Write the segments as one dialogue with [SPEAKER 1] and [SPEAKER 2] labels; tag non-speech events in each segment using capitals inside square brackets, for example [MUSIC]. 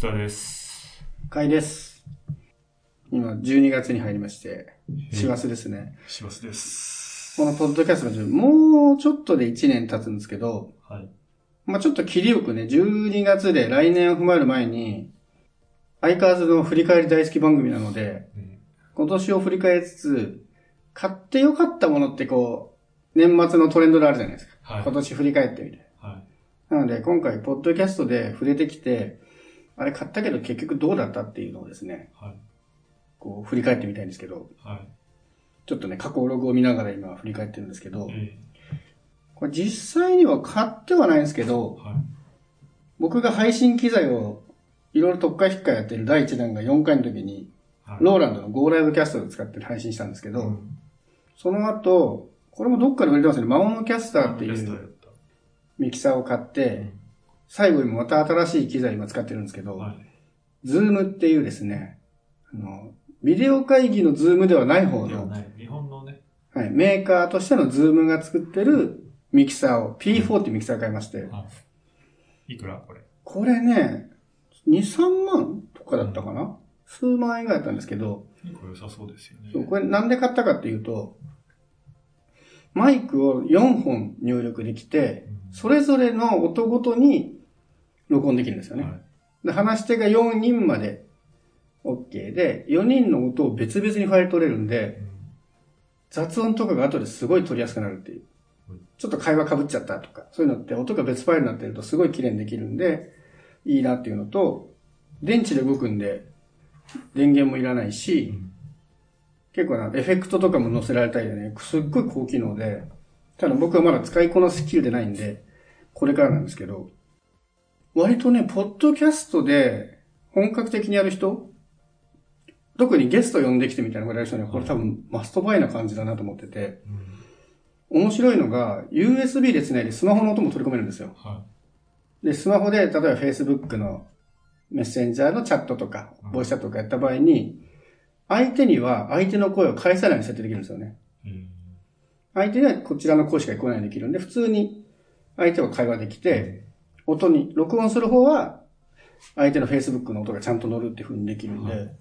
[SPEAKER 1] 田です。
[SPEAKER 2] かいです。今、12月に入りまして、師走ですね。
[SPEAKER 1] しばすです。
[SPEAKER 2] このポッドキャストの順もうちょっとで1年経つんですけど、
[SPEAKER 1] はい。
[SPEAKER 2] まあちょっと切りよくね、12月で来年を踏まえる前に、相変わらずの振り返り大好き番組なので、
[SPEAKER 1] ね
[SPEAKER 2] 今年を振り返りつつ、買ってよかったものってこう、年末のトレンドであるじゃないですか。
[SPEAKER 1] はい。
[SPEAKER 2] 今年振り返ってみて。
[SPEAKER 1] はい。
[SPEAKER 2] なので、今回、ポッドキャストで触れてきて、あれ買ったけど結局どうだったっていうのをですね、
[SPEAKER 1] はい。
[SPEAKER 2] こう、振り返ってみたいんですけど、
[SPEAKER 1] はい。
[SPEAKER 2] ちょっとね、過去ログを見ながら今振り返ってるんですけど、
[SPEAKER 1] え
[SPEAKER 2] これ実際には買ってはないんですけ
[SPEAKER 1] ー
[SPEAKER 2] ど、
[SPEAKER 1] はい。
[SPEAKER 2] 僕が配信機材をいろいろ特化引っかやってる第1弾が4回の時に、
[SPEAKER 1] はい。
[SPEAKER 2] ローランドの Go ライブキャストを使って配信したんですけど、
[SPEAKER 1] うん
[SPEAKER 2] その後、これもどっかで売れてますね、マオムキャスターって
[SPEAKER 1] ゲス
[SPEAKER 2] い
[SPEAKER 1] トや
[SPEAKER 2] う
[SPEAKER 1] った
[SPEAKER 2] ミキサーを買って、最後にまた新しい機材今使ってるんですけど、
[SPEAKER 1] はい。
[SPEAKER 2] ズームっていうですね、あの、ビデオ会議のズームではない方
[SPEAKER 1] では
[SPEAKER 2] の、
[SPEAKER 1] ない。日本のね。
[SPEAKER 2] はい、メーカーとしてのズームが作ってるミキサーを、P4 っていうミキサー買いまして、
[SPEAKER 1] はい。いくらこれ。
[SPEAKER 2] これね、2、3万とかだったかな数万円ぐらいだったんですけど、
[SPEAKER 1] 結構良さそうですよね。
[SPEAKER 2] そうこれなんで買ったかっていうと、マイクを4本入力できて、
[SPEAKER 1] うん
[SPEAKER 2] それぞれの音ごとに録音できるんですよね。
[SPEAKER 1] はい
[SPEAKER 2] で、話し手が4人まで OK で、4人の音を別々にファイル取れるんで、
[SPEAKER 1] うん
[SPEAKER 2] 雑音とかが後ですごい取りやすくなるっていう
[SPEAKER 1] うん。
[SPEAKER 2] ちょっと会話被っちゃったとか、そういうのって音が別ファイルになってるとすごい綺麗にできるんで、いいなっていうのと、電池で動くんで、電源もいらないし、結構な、エフェクトとかも載せられたりでね、すっごい高機能で、ただ僕はまだ使いこなすスキルでないんで、これからなんですけど、割とね、ポッドキャストで本格的にやる人特にゲスト呼んできてみたいなことやる人には、これ多分マストバイな感じだなと思ってて、
[SPEAKER 1] うん
[SPEAKER 2] 面白いのが、USB で繋いでスマホの音も取り込めるんですよ。
[SPEAKER 1] は
[SPEAKER 2] で、スマホで、例えば Facebook のメッセンジャーのチャットとか
[SPEAKER 1] うん、
[SPEAKER 2] ボイスチャットとかやった場合に、相手には相手の声を返さないように設定できるんですよね。
[SPEAKER 1] い。うん
[SPEAKER 2] 相手にはこちらの声しか聞こえないようにできるんで、普通に相手は会話できて、音に、録音する方は、相手の Facebook の音がちゃんと乗るっていう風にできるんで、
[SPEAKER 1] はい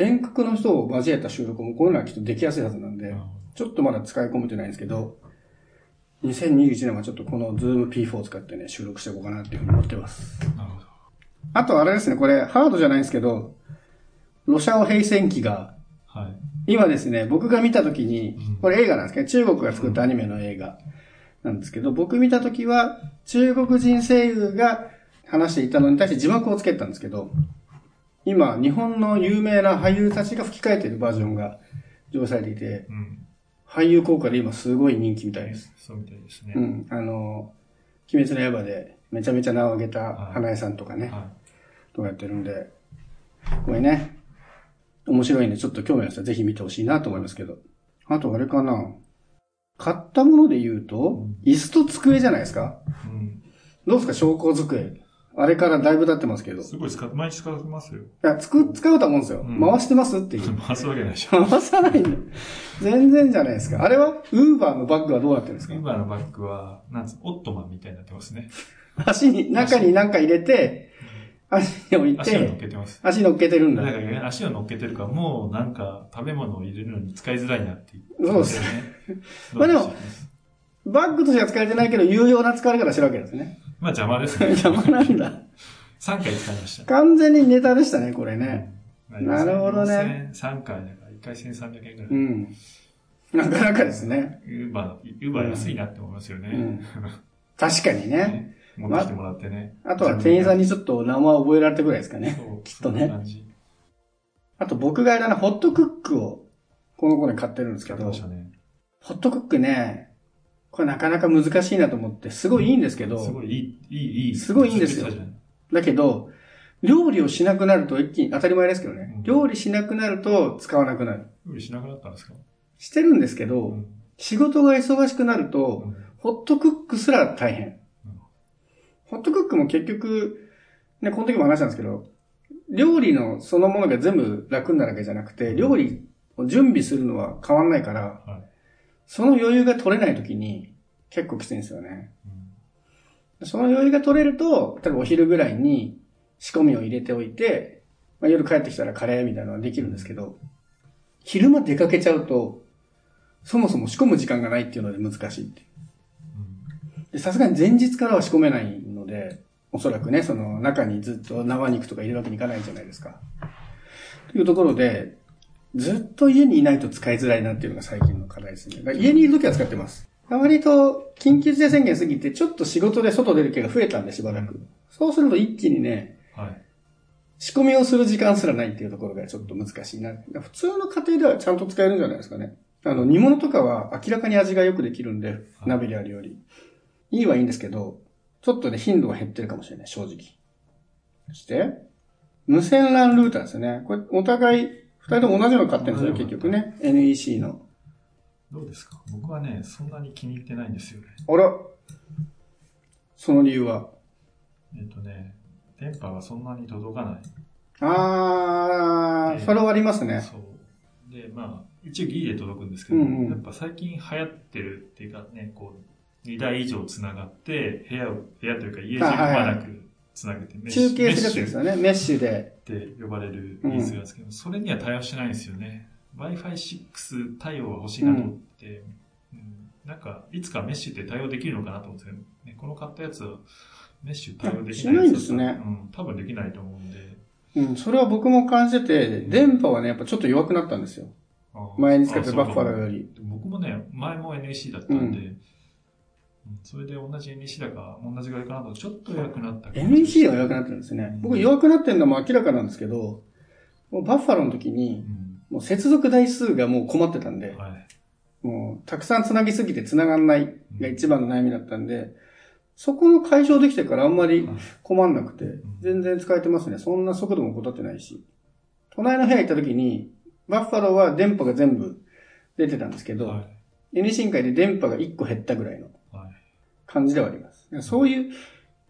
[SPEAKER 2] 遠隔の人を交えた収録もこういうのはきっとできやすいはずなんで、
[SPEAKER 1] なるほ
[SPEAKER 2] ちょっとまだ使い込めてないんですけど、2021年はちょっとこの Zoom P4 を使ってね、収録していこうかなっていうふうに思ってます。
[SPEAKER 1] どなるほど。
[SPEAKER 2] あとあれですね、これハードじゃないんですけど、ロシャオ平戦記が、
[SPEAKER 1] はい。
[SPEAKER 2] 今ですね、僕が見たとき
[SPEAKER 1] うん
[SPEAKER 2] に、これ映画なんですけど、中国が作ったアニメの映画なんですけど、僕見たときは、中国人声優が話していたのに対して字幕をつけたんですけど、今、日本の有名な俳優たちが吹き替えているバージョンが上映されていて、
[SPEAKER 1] うん。
[SPEAKER 2] 俳優効果で今すごい人気みたいです。
[SPEAKER 1] そうみたいですね
[SPEAKER 2] う。ん、あの、鬼滅の刃でめちゃめちゃ名を上げた
[SPEAKER 1] はい
[SPEAKER 2] 花江さんとかね、
[SPEAKER 1] は
[SPEAKER 2] とかやってるんで、これね、面白いんで、ちょっと興味ある人はぜひ見てほしいなと思いますけど。あとあれかな、買ったもので言うと、椅子と机じゃないですか
[SPEAKER 1] い。うん。
[SPEAKER 2] どうですか、昇降机。あれからだいぶ経ってますけど。い
[SPEAKER 1] すごい使っ、毎日使ってますよ。
[SPEAKER 2] や、つく、使うと思うんですよ。
[SPEAKER 1] うん
[SPEAKER 2] 回してますっていう。
[SPEAKER 1] 回すわけないでしょ。
[SPEAKER 2] 回さないんだ。全然じゃないですか。あれは、ウーバーのバッグはどうなってるんですか
[SPEAKER 1] 今のバッグは、なんつオットマンみたいになってますね。
[SPEAKER 2] 足に、中に何か入れて、足に置い、
[SPEAKER 1] 足を乗ってけてます。
[SPEAKER 2] 足乗っけてるんだ
[SPEAKER 1] なん。かね、足を乗っけてるから、もうなんか食べ物を入れるのに使いづらいなってい
[SPEAKER 2] そうです
[SPEAKER 1] ね。
[SPEAKER 2] まあでも
[SPEAKER 1] どうしよ
[SPEAKER 2] バッグとしては使われてないけど、有用な使われ方してるわけですね。
[SPEAKER 1] うまあ邪魔ですね。
[SPEAKER 2] 邪魔なんだ。
[SPEAKER 1] 3回使いました。
[SPEAKER 2] 完全にネタでしたね、これね。
[SPEAKER 1] うんまあ
[SPEAKER 2] なるほどね。
[SPEAKER 1] 3回だから、1回1300円ぐらい。
[SPEAKER 2] う
[SPEAKER 1] ウ
[SPEAKER 2] ん。なかなかですね。
[SPEAKER 1] ーバー、ウーバー安いなって思いますよね。
[SPEAKER 2] うん確かにね。
[SPEAKER 1] ね持ってきてもらってね。
[SPEAKER 2] あとは店員さん
[SPEAKER 1] に、
[SPEAKER 2] にちょっと名前を覚えられたぐらいですかね。
[SPEAKER 1] そう、
[SPEAKER 2] きっ
[SPEAKER 1] そ
[SPEAKER 2] と
[SPEAKER 1] ん
[SPEAKER 2] ね
[SPEAKER 1] な感じ。
[SPEAKER 2] あと僕があれだな、ホットクックを、この頃に買ってるんです
[SPEAKER 1] 使
[SPEAKER 2] け
[SPEAKER 1] って
[SPEAKER 2] ど
[SPEAKER 1] まし、たね。
[SPEAKER 2] ホットクックね、これなかなか難しいなと思って、すごいいいんですけど、
[SPEAKER 1] すごいいい、いい、いい。
[SPEAKER 2] すごいいいんですよ
[SPEAKER 1] ずっと言ってた
[SPEAKER 2] だけど、料理をしなくなると一気に、当たり前ですけどね、
[SPEAKER 1] うん
[SPEAKER 2] 料理しなくなると使わなくな
[SPEAKER 1] じゃ
[SPEAKER 2] る。
[SPEAKER 1] ん料理しなくなったんですか
[SPEAKER 2] してるんですけ
[SPEAKER 1] う
[SPEAKER 2] ど、
[SPEAKER 1] ん
[SPEAKER 2] 仕事が忙しくなると、
[SPEAKER 1] うん
[SPEAKER 2] ホットクックすら大変
[SPEAKER 1] うん。
[SPEAKER 2] ホットクックも結局、ね、この時も話したんですけど、料理のそのものが全部楽になるわけじゃなくて、料理を準備するのは変わんないから、
[SPEAKER 1] はい
[SPEAKER 2] その余裕が取れない時に結構きついんですよね。
[SPEAKER 1] うん
[SPEAKER 2] その余裕が取れると、例えばお昼ぐらいに、仕込みを入れておいて、まあ、夜帰ってきたらカレーみたいなのができるんですけど、昼間出かけちゃうと、そもそも仕込む時間がないっていうので難しいっていうでさすがに前日からは仕込めないので、おそらくね、その中にずっと生肉とか入れるわけにいかないじゃないですか。というところで、ずっと家にいないと使いづらいなっていうのが最近の課題ですね。だから家にいるときは使ってます。割と緊急事態宣言過ぎて、ちょっと仕事で外出る気が増えたんでしばらく。そうすると一気にね、
[SPEAKER 1] はい。
[SPEAKER 2] 仕込みをする時間すらないっていうところがちょっと難しいな。普通の家庭ではちゃんと使えるんじゃないですかね。あの、煮物とかは明らかに味がよくできるんで、
[SPEAKER 1] い
[SPEAKER 2] 鍋であるより。いいはいいんですけど、ちょっとね、頻度が減ってるかもしれない、正直。そして、無線 LAN ルーターですよね。これ、お互い、二人とも同じの買ってるんですよ、
[SPEAKER 1] 同じ
[SPEAKER 2] 結
[SPEAKER 1] の
[SPEAKER 2] 局ね。NEC の。
[SPEAKER 1] どうですか僕はね、そんなに気に入ってないんですよね。
[SPEAKER 2] あらその理由は
[SPEAKER 1] えっ、とね、電波がそんなに届かない。
[SPEAKER 2] あ
[SPEAKER 1] え
[SPEAKER 2] ー、
[SPEAKER 1] え
[SPEAKER 2] それはありますね。
[SPEAKER 1] そう。で、まあ、一応ギリで届くんですけど、
[SPEAKER 2] うんうん
[SPEAKER 1] やっぱ最近流行ってるっていうかね、こう、2台以上つながって、部屋を、部屋というか家中
[SPEAKER 2] あはいはい
[SPEAKER 1] まなくつなげて、メッシュ
[SPEAKER 2] 中継するやつですよね、メッシュで。
[SPEAKER 1] メッシュって呼ばれる技術なんですけど、それには対応してないんですよね。Wi-Fi6 対応は欲しいなと思って、うんなんか、いつかメッシュって対応できるのかなと思って、ね、この買ったやつはメッシュ対応できないやつだった
[SPEAKER 2] しないんですね
[SPEAKER 1] うん、多分できないと思うんで。
[SPEAKER 2] うん、それは僕も感じてて、
[SPEAKER 1] ん
[SPEAKER 2] 電波はね、やっぱちょっと弱くなったんですよ。
[SPEAKER 1] あー
[SPEAKER 2] 前に使って
[SPEAKER 1] あ
[SPEAKER 2] た
[SPEAKER 1] そうか
[SPEAKER 2] バ
[SPEAKER 1] も
[SPEAKER 2] ッファローより。
[SPEAKER 1] 僕もね、前も NEC だったんで、
[SPEAKER 2] う
[SPEAKER 1] うんそれで同じ NEC だか、同じぐらいかなと、ちょっと弱くなった感じ
[SPEAKER 2] NEC は弱くなってるんですね
[SPEAKER 1] う。ん
[SPEAKER 2] 僕弱くなってるのも明らかなんですけど、もうバッファローの時に、
[SPEAKER 1] う
[SPEAKER 2] もう接続台数がもう困ってたん
[SPEAKER 1] ん。
[SPEAKER 2] で、
[SPEAKER 1] はい。
[SPEAKER 2] もうたくさん繋ぎすぎて繋がんないが一番の悩みだったんで、そこの解消できてからあんまり困んなくて、全然使えてますね。そんな速度も怠ってないし。隣の部屋行った時に、バッファローは電波が全部出てたんですけど、
[SPEAKER 1] はい。
[SPEAKER 2] NEC 界で電波が1個減ったぐらいの
[SPEAKER 1] はい
[SPEAKER 2] 感じではあります。そういう、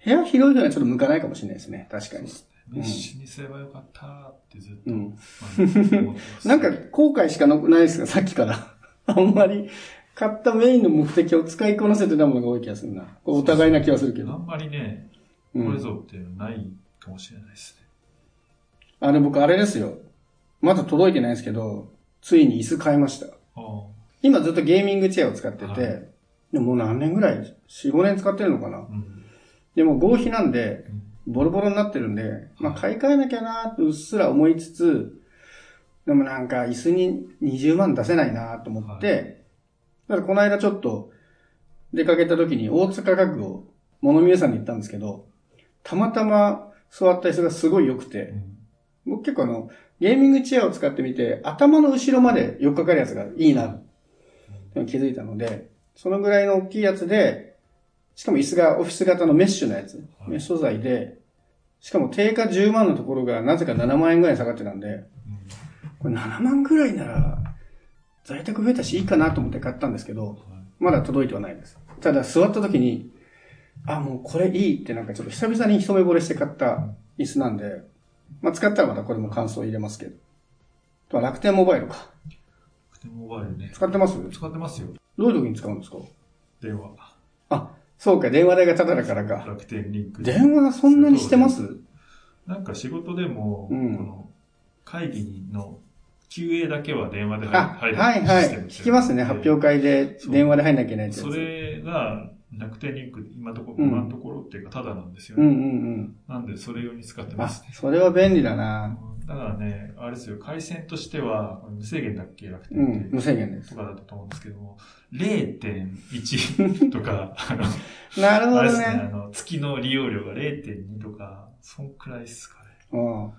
[SPEAKER 2] 部屋広いのにはちょっと向かないかもしれないですね。確かに。
[SPEAKER 1] メッシュにすればよかったーってずっと、
[SPEAKER 2] う
[SPEAKER 1] ま
[SPEAKER 2] ん。
[SPEAKER 1] あ思ってます
[SPEAKER 2] なんか、後悔しかなくないですかさっきから。 [LAUGHS] あんまり、買ったメインの目的を使いこなせてたものが多い気がするな。これお互いな気がするけ
[SPEAKER 1] あ
[SPEAKER 2] ど。
[SPEAKER 1] んまりね、
[SPEAKER 2] う
[SPEAKER 1] これ
[SPEAKER 2] ん。
[SPEAKER 1] ぞっていうのはないかもしれないですね。
[SPEAKER 2] あれ僕あれですよ。まだ届いてないですけど、ついに椅子買いました。
[SPEAKER 1] あ
[SPEAKER 2] 今ずっとゲーミングチェアを使ってて、
[SPEAKER 1] はい
[SPEAKER 2] でももう何年ぐらい ?4、5年使ってるのかな
[SPEAKER 1] ーうん。
[SPEAKER 2] でも合皮なんで、
[SPEAKER 1] うん
[SPEAKER 2] ボロボロになってるんで、まあ買い替えなきゃなーってうっすら思いつつ、でもなんか椅子に20万出せないなーと思って、
[SPEAKER 1] は
[SPEAKER 2] だからこの間ちょっと出かけた時に大塚家具を物見屋さんに行ったんですけど、たまたま座った椅子がすごい良
[SPEAKER 1] う
[SPEAKER 2] くて、
[SPEAKER 1] ん
[SPEAKER 2] 僕結構あの、ゲーミングチェアを使ってみて、頭の後ろまで寄っかかるやつがいいなって気づいたので、そのぐらいの大きいやつで、しかも椅子がオフィス型のメッシュのやつ、
[SPEAKER 1] はい
[SPEAKER 2] メッシュ素材で、しかも定価10万のところがなぜか7万円ぐらい下がってたんで、これ7万ぐらいなら、在宅増えたしいいかなと思って買ったんですけど、
[SPEAKER 1] うんはい
[SPEAKER 2] まだ届いてはないです。ただ座った時に、あ、もうこれいいってなんかちょっと久々に一目惚れして買った椅子なんで、まあ使ったらまたこれも感想入れますけど。あとは楽天モバイルか。
[SPEAKER 1] 楽天モバイルね。
[SPEAKER 2] 使ってます
[SPEAKER 1] 使ってますよ、
[SPEAKER 2] どういう時に使うんですか
[SPEAKER 1] 電話。
[SPEAKER 2] あ、そうか、電話代がタダだからか。
[SPEAKER 1] 楽天リンクで
[SPEAKER 2] 電話そんなにしてます
[SPEAKER 1] なんか仕事でも、
[SPEAKER 2] うん
[SPEAKER 1] この会議の QA だけは電話で
[SPEAKER 2] あ、
[SPEAKER 1] 入
[SPEAKER 2] はい
[SPEAKER 1] る
[SPEAKER 2] は
[SPEAKER 1] シ
[SPEAKER 2] い
[SPEAKER 1] ステム。みたな
[SPEAKER 2] 聞きますね。発表会で
[SPEAKER 1] そう
[SPEAKER 2] 電話で入んなきゃいけないってやつ。
[SPEAKER 1] それが楽天リンク、今ところ、
[SPEAKER 2] うん
[SPEAKER 1] 今のところっていうか、ただなんですよ
[SPEAKER 2] うんう
[SPEAKER 1] ね。
[SPEAKER 2] ん
[SPEAKER 1] なんで、それ用に使って
[SPEAKER 2] うん。あ
[SPEAKER 1] ますね、。
[SPEAKER 2] それは便利だな。
[SPEAKER 1] だからね、あれですよ、回線としては、無制限だっけ、楽
[SPEAKER 2] う
[SPEAKER 1] 天
[SPEAKER 2] ん
[SPEAKER 1] っ、て。
[SPEAKER 2] 無制限で
[SPEAKER 1] と
[SPEAKER 2] す。
[SPEAKER 1] かだったと思うんですけども、0.1とか、あの、
[SPEAKER 2] [LAUGHS] なるほ
[SPEAKER 1] あれです
[SPEAKER 2] ど
[SPEAKER 1] ね、あ
[SPEAKER 2] ね。
[SPEAKER 1] の、月の利用料が0.2とか、そんくらいですかね。
[SPEAKER 2] うん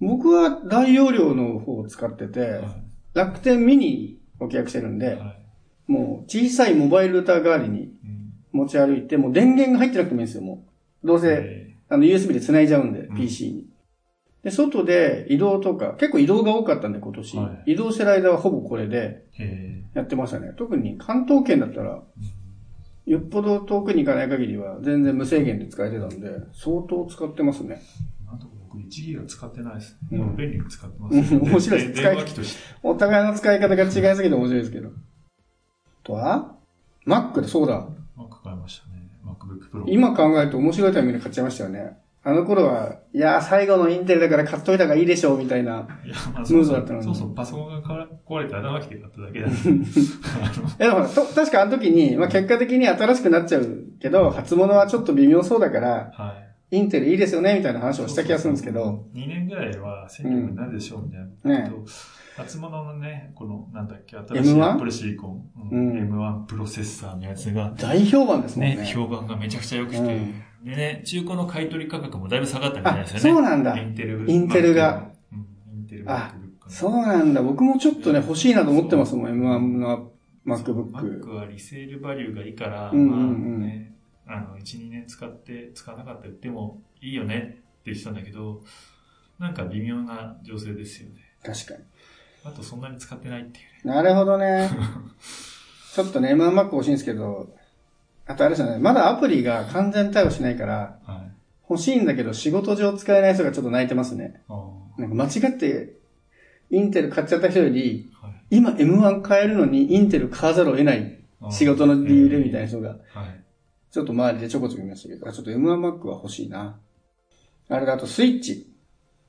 [SPEAKER 2] 僕は大容量の方を使ってて、楽天ミニを契約してるん
[SPEAKER 1] はい。
[SPEAKER 2] で、
[SPEAKER 1] はい
[SPEAKER 2] もう小さいモバイルルーター代わりに
[SPEAKER 1] うん
[SPEAKER 2] 持ち歩いて、もう電源が入ってなくてもいいんですよ、もう。どうせ
[SPEAKER 1] え
[SPEAKER 2] あの、USB で繋いじゃうんで、
[SPEAKER 1] うん
[SPEAKER 2] PC に。で、外で移動とか、結構移動が多かったんで、今年。
[SPEAKER 1] は
[SPEAKER 2] 移動してる間はほぼこれで
[SPEAKER 1] ーえ
[SPEAKER 2] やってましたね。特に関東圏だったら、
[SPEAKER 1] ーうん
[SPEAKER 2] よっぽど遠くに行かない限りは、全然無制限で使えてたんで、相当使ってますね。
[SPEAKER 1] なんとか僕1ギガ使ってないです
[SPEAKER 2] う
[SPEAKER 1] ね。
[SPEAKER 2] ん
[SPEAKER 1] でも便利に使ってますね、
[SPEAKER 2] うん [LAUGHS] 面白いです
[SPEAKER 1] で
[SPEAKER 2] 使い
[SPEAKER 1] 電話機として。
[SPEAKER 2] お互いの使い方が違いすぎて面白いですけど。あとは ?Mac で、そうだ。
[SPEAKER 1] Mac 買いましたね。MacBook Pro。
[SPEAKER 2] 今考えると面白いタイミングで買っちゃいましたよね。あの頃は、いやー、最後のインテルだから買っといた方がいいでしょう、みたいな。
[SPEAKER 1] いや、まあ、
[SPEAKER 2] スム
[SPEAKER 1] そもそ
[SPEAKER 2] ーズだったの
[SPEAKER 1] も
[SPEAKER 2] に
[SPEAKER 1] そもそもパソコンが壊れ壊れて穴が来て買っただけ
[SPEAKER 2] [LAUGHS]
[SPEAKER 1] だあの
[SPEAKER 2] え、でもほらと確かあの時に、まあ、結果的に新しくなっちゃうけど、初物はちょっと微妙そうだから、
[SPEAKER 1] はい。
[SPEAKER 2] インテルいいですよね、みたいな話をした気がするんですけど、
[SPEAKER 1] 2年ぐらいは戦力になるでしょうみたいな。
[SPEAKER 2] ね
[SPEAKER 1] と初物のね、この、なんだっけ、新しい
[SPEAKER 2] M1？
[SPEAKER 1] アップルシリコン、
[SPEAKER 2] うん
[SPEAKER 1] M1 プロセッサーのやつが、
[SPEAKER 2] 大評判ですもんね。
[SPEAKER 1] ね、評判がめちゃくちゃ良くて、
[SPEAKER 2] うん
[SPEAKER 1] でね、中古の買い取り価格もだいぶ下がったみたい
[SPEAKER 2] あ
[SPEAKER 1] で、すよ
[SPEAKER 2] そ
[SPEAKER 1] ね。
[SPEAKER 2] うなんだ
[SPEAKER 1] イ。ンテル。
[SPEAKER 2] インテルが。
[SPEAKER 1] うん、インテル MacBook か
[SPEAKER 2] あ
[SPEAKER 1] な
[SPEAKER 2] そうなんだ。僕もちょっとね、欲しいなと思ってますもん、M1 の MacBook。
[SPEAKER 1] はリセールバリューがいいから、
[SPEAKER 2] うん
[SPEAKER 1] ま
[SPEAKER 2] う
[SPEAKER 1] あ
[SPEAKER 2] んうん
[SPEAKER 1] ね、あの、1、2年使って、使わなかったら売ってもいいよねって言ってたんだけど、なんか微妙な情勢ですよね。
[SPEAKER 2] 確かに。
[SPEAKER 1] あとそんなに使ってないっていうね。
[SPEAKER 2] なるほどね。ちょっとね、M1 Mac 欲しいんですけど、あとあれですよね、まだアプリが完全対応しないから、
[SPEAKER 1] はい。
[SPEAKER 2] 欲しいんだけど仕事上使えない人がちょっと泣いてますね。
[SPEAKER 1] ああ
[SPEAKER 2] なんか間違って、インテル買っちゃった人より、
[SPEAKER 1] はい
[SPEAKER 2] 今 M1 買えるのにインテル買わざるを得ない
[SPEAKER 1] ああ
[SPEAKER 2] 仕事の理由でみたいな
[SPEAKER 1] え
[SPEAKER 2] 人が、
[SPEAKER 1] えはい。
[SPEAKER 2] ちょっと周りでちょこちょこ見ましたけど、あちょっと M1 Mac は欲しいな。あれだ、あとスイッチ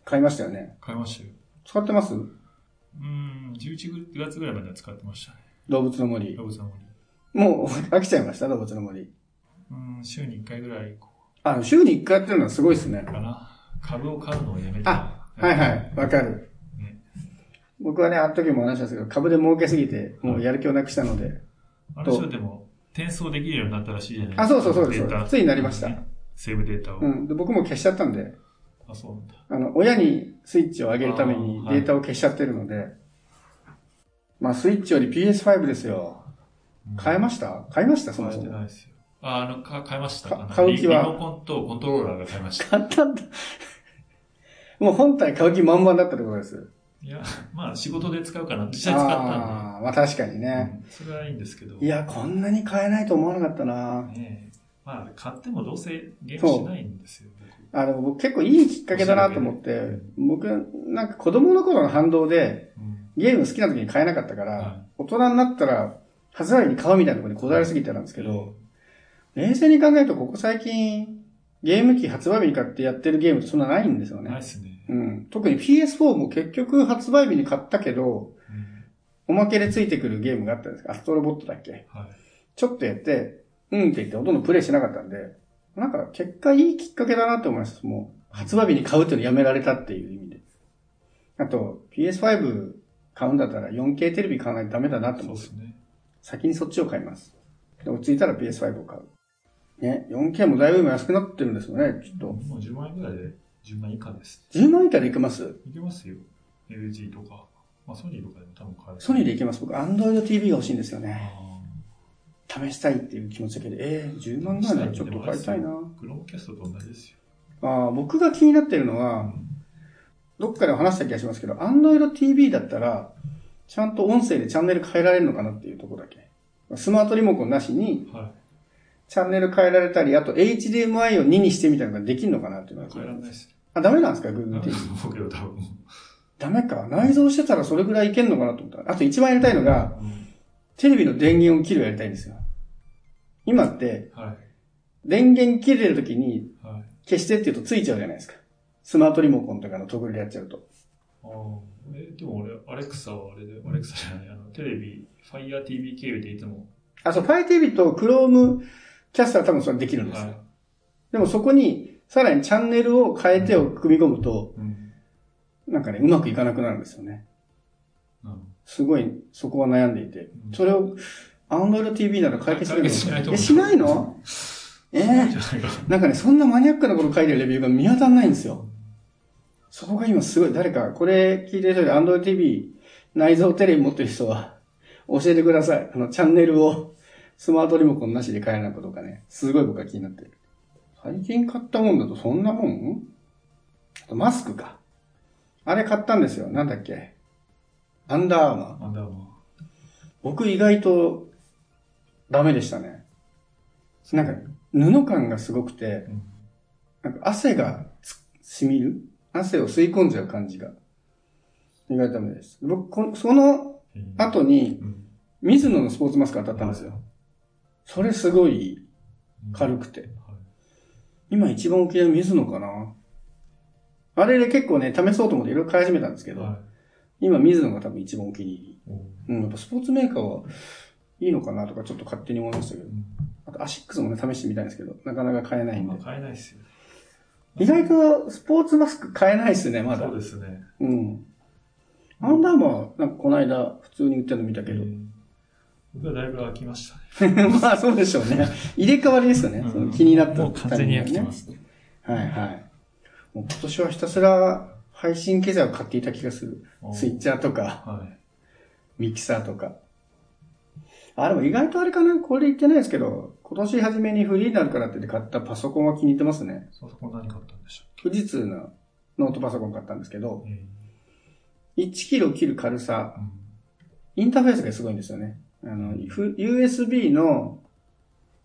[SPEAKER 2] 買いましたよね。
[SPEAKER 1] 買いましたよ。
[SPEAKER 2] 使ってます
[SPEAKER 1] うん、11月ぐらいまでは使ってましたね。
[SPEAKER 2] 動物の森
[SPEAKER 1] ラ。ブザモリ。
[SPEAKER 2] もう飽きちゃいました、動物の森。
[SPEAKER 1] うん、週に1回ぐらいこ
[SPEAKER 2] あ、週に1回やってるのはすごいですね
[SPEAKER 1] う。かな。株を買うのをやめた。
[SPEAKER 2] はいはい、わかる
[SPEAKER 1] ね。
[SPEAKER 2] 僕はね、あの時も話したんですけど、株で儲けすぎて、もうやる気をなくしたので。
[SPEAKER 1] あの人でも転送できるようになったらしいじゃない
[SPEAKER 2] あそうそうそうです
[SPEAKER 1] データ
[SPEAKER 2] そうですついになりました
[SPEAKER 1] ねセーブデータを。
[SPEAKER 2] うん。で、僕も消しちゃったんで、
[SPEAKER 1] あ、そうなんだ。
[SPEAKER 2] あの、親にスイッチを上げるために
[SPEAKER 1] あーはい
[SPEAKER 2] データを消しちゃってるので、まあ、スイッチより PS5 ですよ。買えました買いましたそ
[SPEAKER 1] 買え
[SPEAKER 2] の人
[SPEAKER 1] て。ないですよ。あ、あの、か買いました。
[SPEAKER 2] か
[SPEAKER 1] あの
[SPEAKER 2] 買う気は
[SPEAKER 1] リリモコンとコントローラーが買いました。
[SPEAKER 2] 買ったんだ。もう本体買う気満々だったってことです。
[SPEAKER 1] いや、まあ仕事で使うかな。実際使ったんで。
[SPEAKER 2] あーまあ確かにね。
[SPEAKER 1] うんそれはいいんですけど。
[SPEAKER 2] いや、こんなに買えないと思わなかったな。
[SPEAKER 1] ねえ。まあ買ってもどうせゲームしないんですよ、僕
[SPEAKER 2] あ、でも僕結構いいきっかけだなと思って、僕、なんか子供の頃の反動で、
[SPEAKER 1] うん
[SPEAKER 2] ゲーム好きな時に買えなかったから、
[SPEAKER 1] はい
[SPEAKER 2] 大人になったら、発売日に買うみたいなところにこだわりすぎてたんですけど、冷静に考えると、ここ最近、ゲーム機発売日に買ってやってるゲームってそんなないんですよね。
[SPEAKER 1] ないっすね。
[SPEAKER 2] うん。特に PS4 も結局発売日に買ったけど、
[SPEAKER 1] うん
[SPEAKER 2] おまけでついてくるゲームがあったんですアストロボットだっけ
[SPEAKER 1] はい。
[SPEAKER 2] ちょっとやって、うんって言ってほとんどプレイしなかったんで、なんか結果いいきっかけだなって思います。もう、発売日に買うっていうのやめられたっていう意味で。あと、PS5 買うんだったら 4K テレビ買わないとダメだなって
[SPEAKER 1] そ
[SPEAKER 2] 思
[SPEAKER 1] う
[SPEAKER 2] っ
[SPEAKER 1] で
[SPEAKER 2] て
[SPEAKER 1] すね。
[SPEAKER 2] 先にそっちを買います。で落ち着いたら PS5 を買う。ね、4K もだいぶ今安くなってるんですよね、ちょっ
[SPEAKER 1] もう10万円ぐらいで10万以下です。
[SPEAKER 2] と。10万以下でいけます
[SPEAKER 1] いけますよ。LG とか。まあソニーとかでも多分買える。
[SPEAKER 2] ソニーでいけます僕、Android TV が欲しいんですよね。
[SPEAKER 1] あー
[SPEAKER 2] 試したいっていう気持ちだけど、えー、10万ぐらいならちょっと買いたいな。
[SPEAKER 1] クロームキャストと同じですよ。
[SPEAKER 2] あー僕が気になってるのは、どっかでも話した気がしますけど、Android TV だったら、ちゃんと音声でチャンネル変えられるのかなっていうところだけ。スマートリモコンなしに、
[SPEAKER 1] は
[SPEAKER 2] チャンネル変えられたり、あと HDMI を2にしてみたいなのができるのかなっていうの
[SPEAKER 1] い。
[SPEAKER 2] が
[SPEAKER 1] 変えられないです。
[SPEAKER 2] あ、ダメなんですか
[SPEAKER 1] ダ
[SPEAKER 2] ?Google
[SPEAKER 1] メだ
[SPEAKER 2] TV
[SPEAKER 1] と。思うけど、多分。
[SPEAKER 2] ダメか。内蔵してたらそれぐらいいけんのかなと思った。あと一番やりたいのが、
[SPEAKER 1] うん
[SPEAKER 2] テレビの電源を切るやりたいんですよ。今って、
[SPEAKER 1] はい。
[SPEAKER 2] 電源切れるときに
[SPEAKER 1] はい。
[SPEAKER 2] 消してって言うとついちゃうじゃないですか。スマートリモコンとかのトグルでやっちゃうと。
[SPEAKER 1] ああ。え、でも俺、アレクサはあれで、アレクサじゃない、あの、テレビ、Fire TV 経由でいつも。
[SPEAKER 2] あ、そう、FireTV と Chrome キャスター多分それできるんですよ。
[SPEAKER 1] は
[SPEAKER 2] でもそこに、さらにチャンネルを変えてを組み込むと、
[SPEAKER 1] い。うん。
[SPEAKER 2] なんかね、うまくいかなくなるんですよね。
[SPEAKER 1] なるほど
[SPEAKER 2] すごい、そこは悩んでいて。それを、Android TV なら解決するの
[SPEAKER 1] 解決しないと思
[SPEAKER 2] え、
[SPEAKER 1] う
[SPEAKER 2] しないのええ
[SPEAKER 1] じゃないか。
[SPEAKER 2] なんかね、そんなマニアックなこと書いてるレビューが見当たらないんですよ。そこが今すごい、誰か、これ聞いてる人で Android TV 内蔵テレビ持ってる人は、教えてください。あの、チャンネルをスマートリモコンなしで変えないことかね、すごい僕は気になってる。最近買ったもんだとそんなもんあとマスクか。あれ買ったんですよ。なんだっけ。アンダーアーマー。
[SPEAKER 1] アンダーマ
[SPEAKER 2] 僕意外とダメでしたね。なんか布感がすごくて
[SPEAKER 1] ー。う、ん。
[SPEAKER 2] なんか汗がつ染みる汗を吸い込んじゃう感じが。意外とダメです。僕、このその後に、
[SPEAKER 1] うん、
[SPEAKER 2] ミズノのスポーツマスク当たったんですよ。それすごい軽くて。
[SPEAKER 1] はい。
[SPEAKER 2] 今一番大きいの水野かなあれで結構ね、試そうと思っていろいろ買い始めたんですけど、
[SPEAKER 1] は
[SPEAKER 2] 今水野が多分一番お気に入り。
[SPEAKER 1] い。お
[SPEAKER 2] うん、やっぱスポーツメーカーはいいのかなとかちょっと勝手に思いましたけど。あとアシックスもね、試してみたいんですけど、なかなか買えないん
[SPEAKER 1] 今
[SPEAKER 2] で。
[SPEAKER 1] 買えないですよね。
[SPEAKER 2] 意外とスポーツマスク買えないですね、まだ
[SPEAKER 1] そう。ですね。
[SPEAKER 2] うん。アンダーマー、なんかこの間普通に売ってるの見たけど。
[SPEAKER 1] [LAUGHS] えー僕はだいぶ飽きましたね。
[SPEAKER 2] まあそうでしょうね。入れ替わりですよね。その気になった
[SPEAKER 1] もう完全に飽きてま
[SPEAKER 2] 二
[SPEAKER 1] すね。
[SPEAKER 2] 人にはね。はいはい。もう今年はひたすら配信機材を買っていた気がする。スイッチャーとか、
[SPEAKER 1] はい。
[SPEAKER 2] ミキサーとか。あ、でも意外とあれかなこれ言ってないですけど、今年初めにフリーになるからって言って買ったパソコンは気に入ってますね。
[SPEAKER 1] そこ何買ったんでしょ
[SPEAKER 2] 富士通のノートパソコン買ったんですけ
[SPEAKER 1] う
[SPEAKER 2] ど、
[SPEAKER 1] え
[SPEAKER 2] 1キロ切る軽さ
[SPEAKER 1] ー、うん
[SPEAKER 2] インターフェースがすごいんですよね。あの、ふ USB の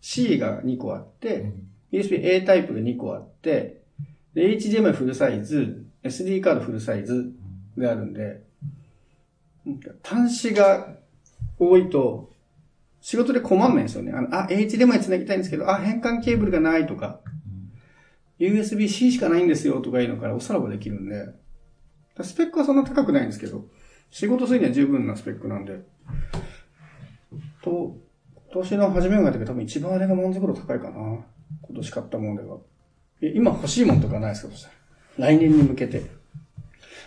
[SPEAKER 2] C が2個あって、USB-A タイプが2個あって、で、HDMI フルサイズ、SD カードフルサイズであるんで、なんか端子が多いと、仕事で困んないんですよね。あの、あ、HDMI 繋ぎたいんですけど、あ、変換ケーブルがないとか、USB-C しかないんですよとかいうのからおさらばできるんで、スペックはそんな高くないんですけど、仕事するには十分なスペックなんで、と、今年の初めぐらいだけど多分一番あれが満足度高いかな。今年買ったものでは。え、今欲しいものとかないですかそしたら。来年に向けて。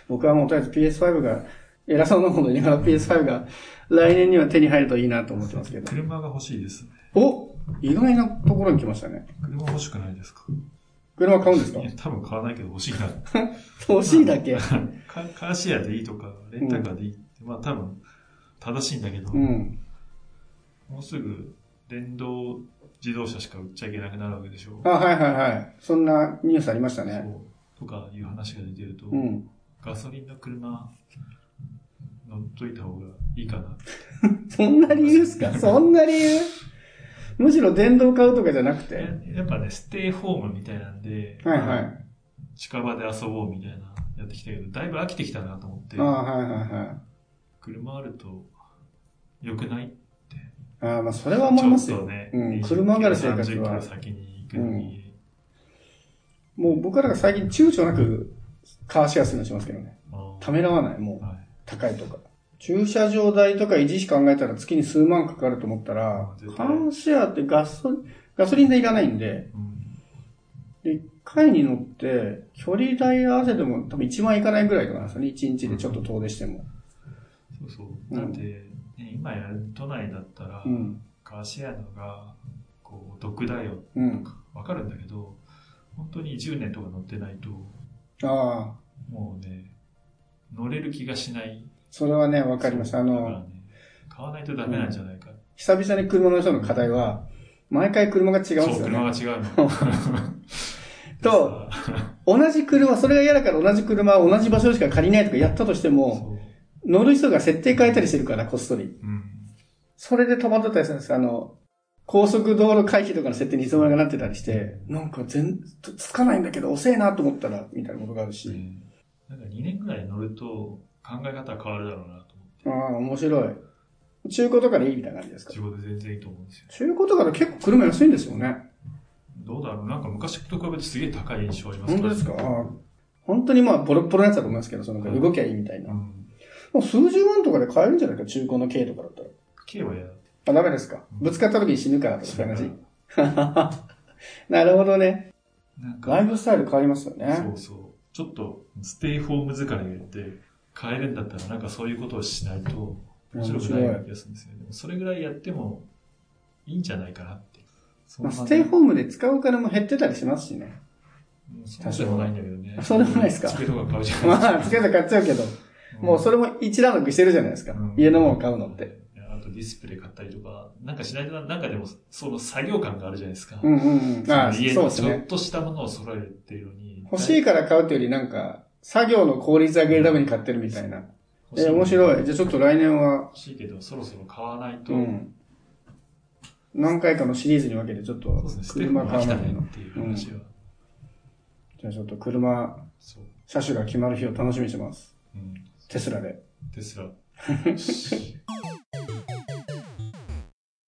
[SPEAKER 2] 僕はもうとりあえず PS5 が、偉そうなこと言いながら PS5 が来年には手に入るといいなと思ってますけど。
[SPEAKER 1] 車が欲しいですね。
[SPEAKER 2] お意外なところに来ましたね。
[SPEAKER 1] 車欲しくないですか
[SPEAKER 2] 車買うんですか
[SPEAKER 1] いや、多分買わないけど欲しいな。
[SPEAKER 2] 欲しいだけ。
[SPEAKER 1] カカーシェアでいいとか、レンタカーでいいって、まあ多分正しいんだけど、
[SPEAKER 2] うん。
[SPEAKER 1] もうすぐ電動自動車しか売っちゃいけなくなるわけでしょ。
[SPEAKER 2] あ、はいはいはい。そんなニュースありましたね。
[SPEAKER 1] そうとかいう話が出てると、
[SPEAKER 2] うん。
[SPEAKER 1] ガソリンの車乗っといた方がいいかな。
[SPEAKER 2] そんな理由ですか [LAUGHS] そんな理由むしろ電動買うとかじゃなくて。
[SPEAKER 1] ややっぱね、ステイホームみたいなんで、
[SPEAKER 2] はいはい。
[SPEAKER 1] まあ近場で遊ぼうみたいなやってきたけど、だいぶ飽きてきたなと思って
[SPEAKER 2] あ、あはいはいはい。
[SPEAKER 1] 車あると良くない
[SPEAKER 2] ああ、まあそれは思います
[SPEAKER 1] ちょっ
[SPEAKER 2] よ。
[SPEAKER 1] とね、
[SPEAKER 2] うん
[SPEAKER 1] 20
[SPEAKER 2] 車がある生活は
[SPEAKER 1] 30キロ先に行くのに、
[SPEAKER 2] もう僕らが最近躊躇なくカーシェアするのしますけどね。
[SPEAKER 1] あ
[SPEAKER 2] ためらわない、もう。
[SPEAKER 1] はい
[SPEAKER 2] 高いとか。駐車場代とか維持費考えたら月に数万かかると思ったら
[SPEAKER 1] うん、絶
[SPEAKER 2] カ
[SPEAKER 1] 対
[SPEAKER 2] ーシェアってガソリン、ガソリン代いらないんで、
[SPEAKER 1] うん
[SPEAKER 2] で、回に乗って、距離代合わせても多分1万いかないぐらいとかなんですよね。1日でちょっと遠出しても。
[SPEAKER 1] そうそうう。
[SPEAKER 2] ん
[SPEAKER 1] だって、ね、今やる都内だったら
[SPEAKER 2] う、ん。
[SPEAKER 1] カーシェアのが、こう、毒だよ
[SPEAKER 2] うん。
[SPEAKER 1] とか、わかるんだけど、本当に10年とか乗ってないと、
[SPEAKER 2] ああ、
[SPEAKER 1] もうね、乗れる気がしない。
[SPEAKER 2] それはね、わかりました。あ
[SPEAKER 1] だから
[SPEAKER 2] の、
[SPEAKER 1] ね、買わないとダメなんじゃないか。
[SPEAKER 2] 久々に車の人の課題は、毎回車が違うんですよ
[SPEAKER 1] そう、車
[SPEAKER 2] ね。
[SPEAKER 1] が違う
[SPEAKER 2] [LAUGHS]
[SPEAKER 1] の。
[SPEAKER 2] と同じ車、それが嫌だから同じ車を同じ場所しか借りないとかやったとして
[SPEAKER 1] でさ、
[SPEAKER 2] も、
[SPEAKER 1] そう。
[SPEAKER 2] 乗る人が設定変えたりしてるから、こっそり。
[SPEAKER 1] うん。
[SPEAKER 2] それで止まってたりするんですよあの、高速道路回避とかの設定にいつの間にかなってたりして、なんか全、つかないんだけど遅えなと思ったら、みたいなことがあるし。
[SPEAKER 1] ねなんか2年ぐらい乗ると考え方変わるだろうなと思って。
[SPEAKER 2] ああ、面白い。中古とかでいいみたいな感じですか
[SPEAKER 1] 自分で全然いいと思うんですよ。
[SPEAKER 2] 中古とかで結構車安いんですよね。
[SPEAKER 1] どうだろうなんか昔と比べてすげえ高い印象あります
[SPEAKER 2] 本当ですかああ本当にまあ、ボロッボロのやつだと思いますけど、その
[SPEAKER 1] はい
[SPEAKER 2] 動きゃいいみたいうな。
[SPEAKER 1] ん。
[SPEAKER 2] もう数十万とかで買えるんじゃないか、中古の軽とかだったら。
[SPEAKER 1] K は嫌だ。
[SPEAKER 2] あ、ダメですかぶつかった時に死ぬからとかそういう話。 [LAUGHS] なるほどね。
[SPEAKER 1] なんか、
[SPEAKER 2] ライフスタイル変わりますよ
[SPEAKER 1] そ
[SPEAKER 2] ね。
[SPEAKER 1] うそう。ちょっと、ステイホーム疲れって、変えるんだったら、なんかそういうことをしないと、面白くないような気がするんですよね。でもそれぐらいやっても、いいんじゃないかなって。そん
[SPEAKER 2] まあ、
[SPEAKER 1] な
[SPEAKER 2] ステイホームで使うお金も減ってたりしますし
[SPEAKER 1] [LAUGHS]
[SPEAKER 2] ね。
[SPEAKER 1] うんそうでもないんだけどね。
[SPEAKER 2] そうでもないですか
[SPEAKER 1] 机とか買うじゃない
[SPEAKER 2] まあ、つけて買っちゃうけど、もうそれも一段落してるじゃないですか。家のもの買うのって。。
[SPEAKER 1] いやあとディスプレイ買ったりとか、なんかしないと、なんかでも、その作業感があるじゃないですか。
[SPEAKER 2] うんうんうん。ああ、
[SPEAKER 1] その家
[SPEAKER 2] そう
[SPEAKER 1] の
[SPEAKER 2] です
[SPEAKER 1] ちょ
[SPEAKER 2] ね
[SPEAKER 1] っ。としたものを揃えるっていうのに。
[SPEAKER 2] 欲しいから買うというよりなんか、作業の効率上げるために買ってるみたいな。
[SPEAKER 1] 欲し
[SPEAKER 2] え、面白
[SPEAKER 1] い。
[SPEAKER 2] い。じゃあちょっと来年は、
[SPEAKER 1] 欲しいけど、そろそろ買わないと。
[SPEAKER 2] うん。何回かのシリーズに分けてちょっ
[SPEAKER 1] そう
[SPEAKER 2] と
[SPEAKER 1] ですね、ステイホー
[SPEAKER 2] 車
[SPEAKER 1] ムが
[SPEAKER 2] 買
[SPEAKER 1] 来
[SPEAKER 2] う
[SPEAKER 1] た
[SPEAKER 2] まで
[SPEAKER 1] ね
[SPEAKER 2] の。
[SPEAKER 1] っていう話 [LAUGHS] は。
[SPEAKER 2] じゃあちょっと車、
[SPEAKER 1] そう。
[SPEAKER 2] 車種が決まる日を楽しみにしてます。
[SPEAKER 1] うん。 [LAUGHS]
[SPEAKER 2] テスラで。
[SPEAKER 1] テスラ。よし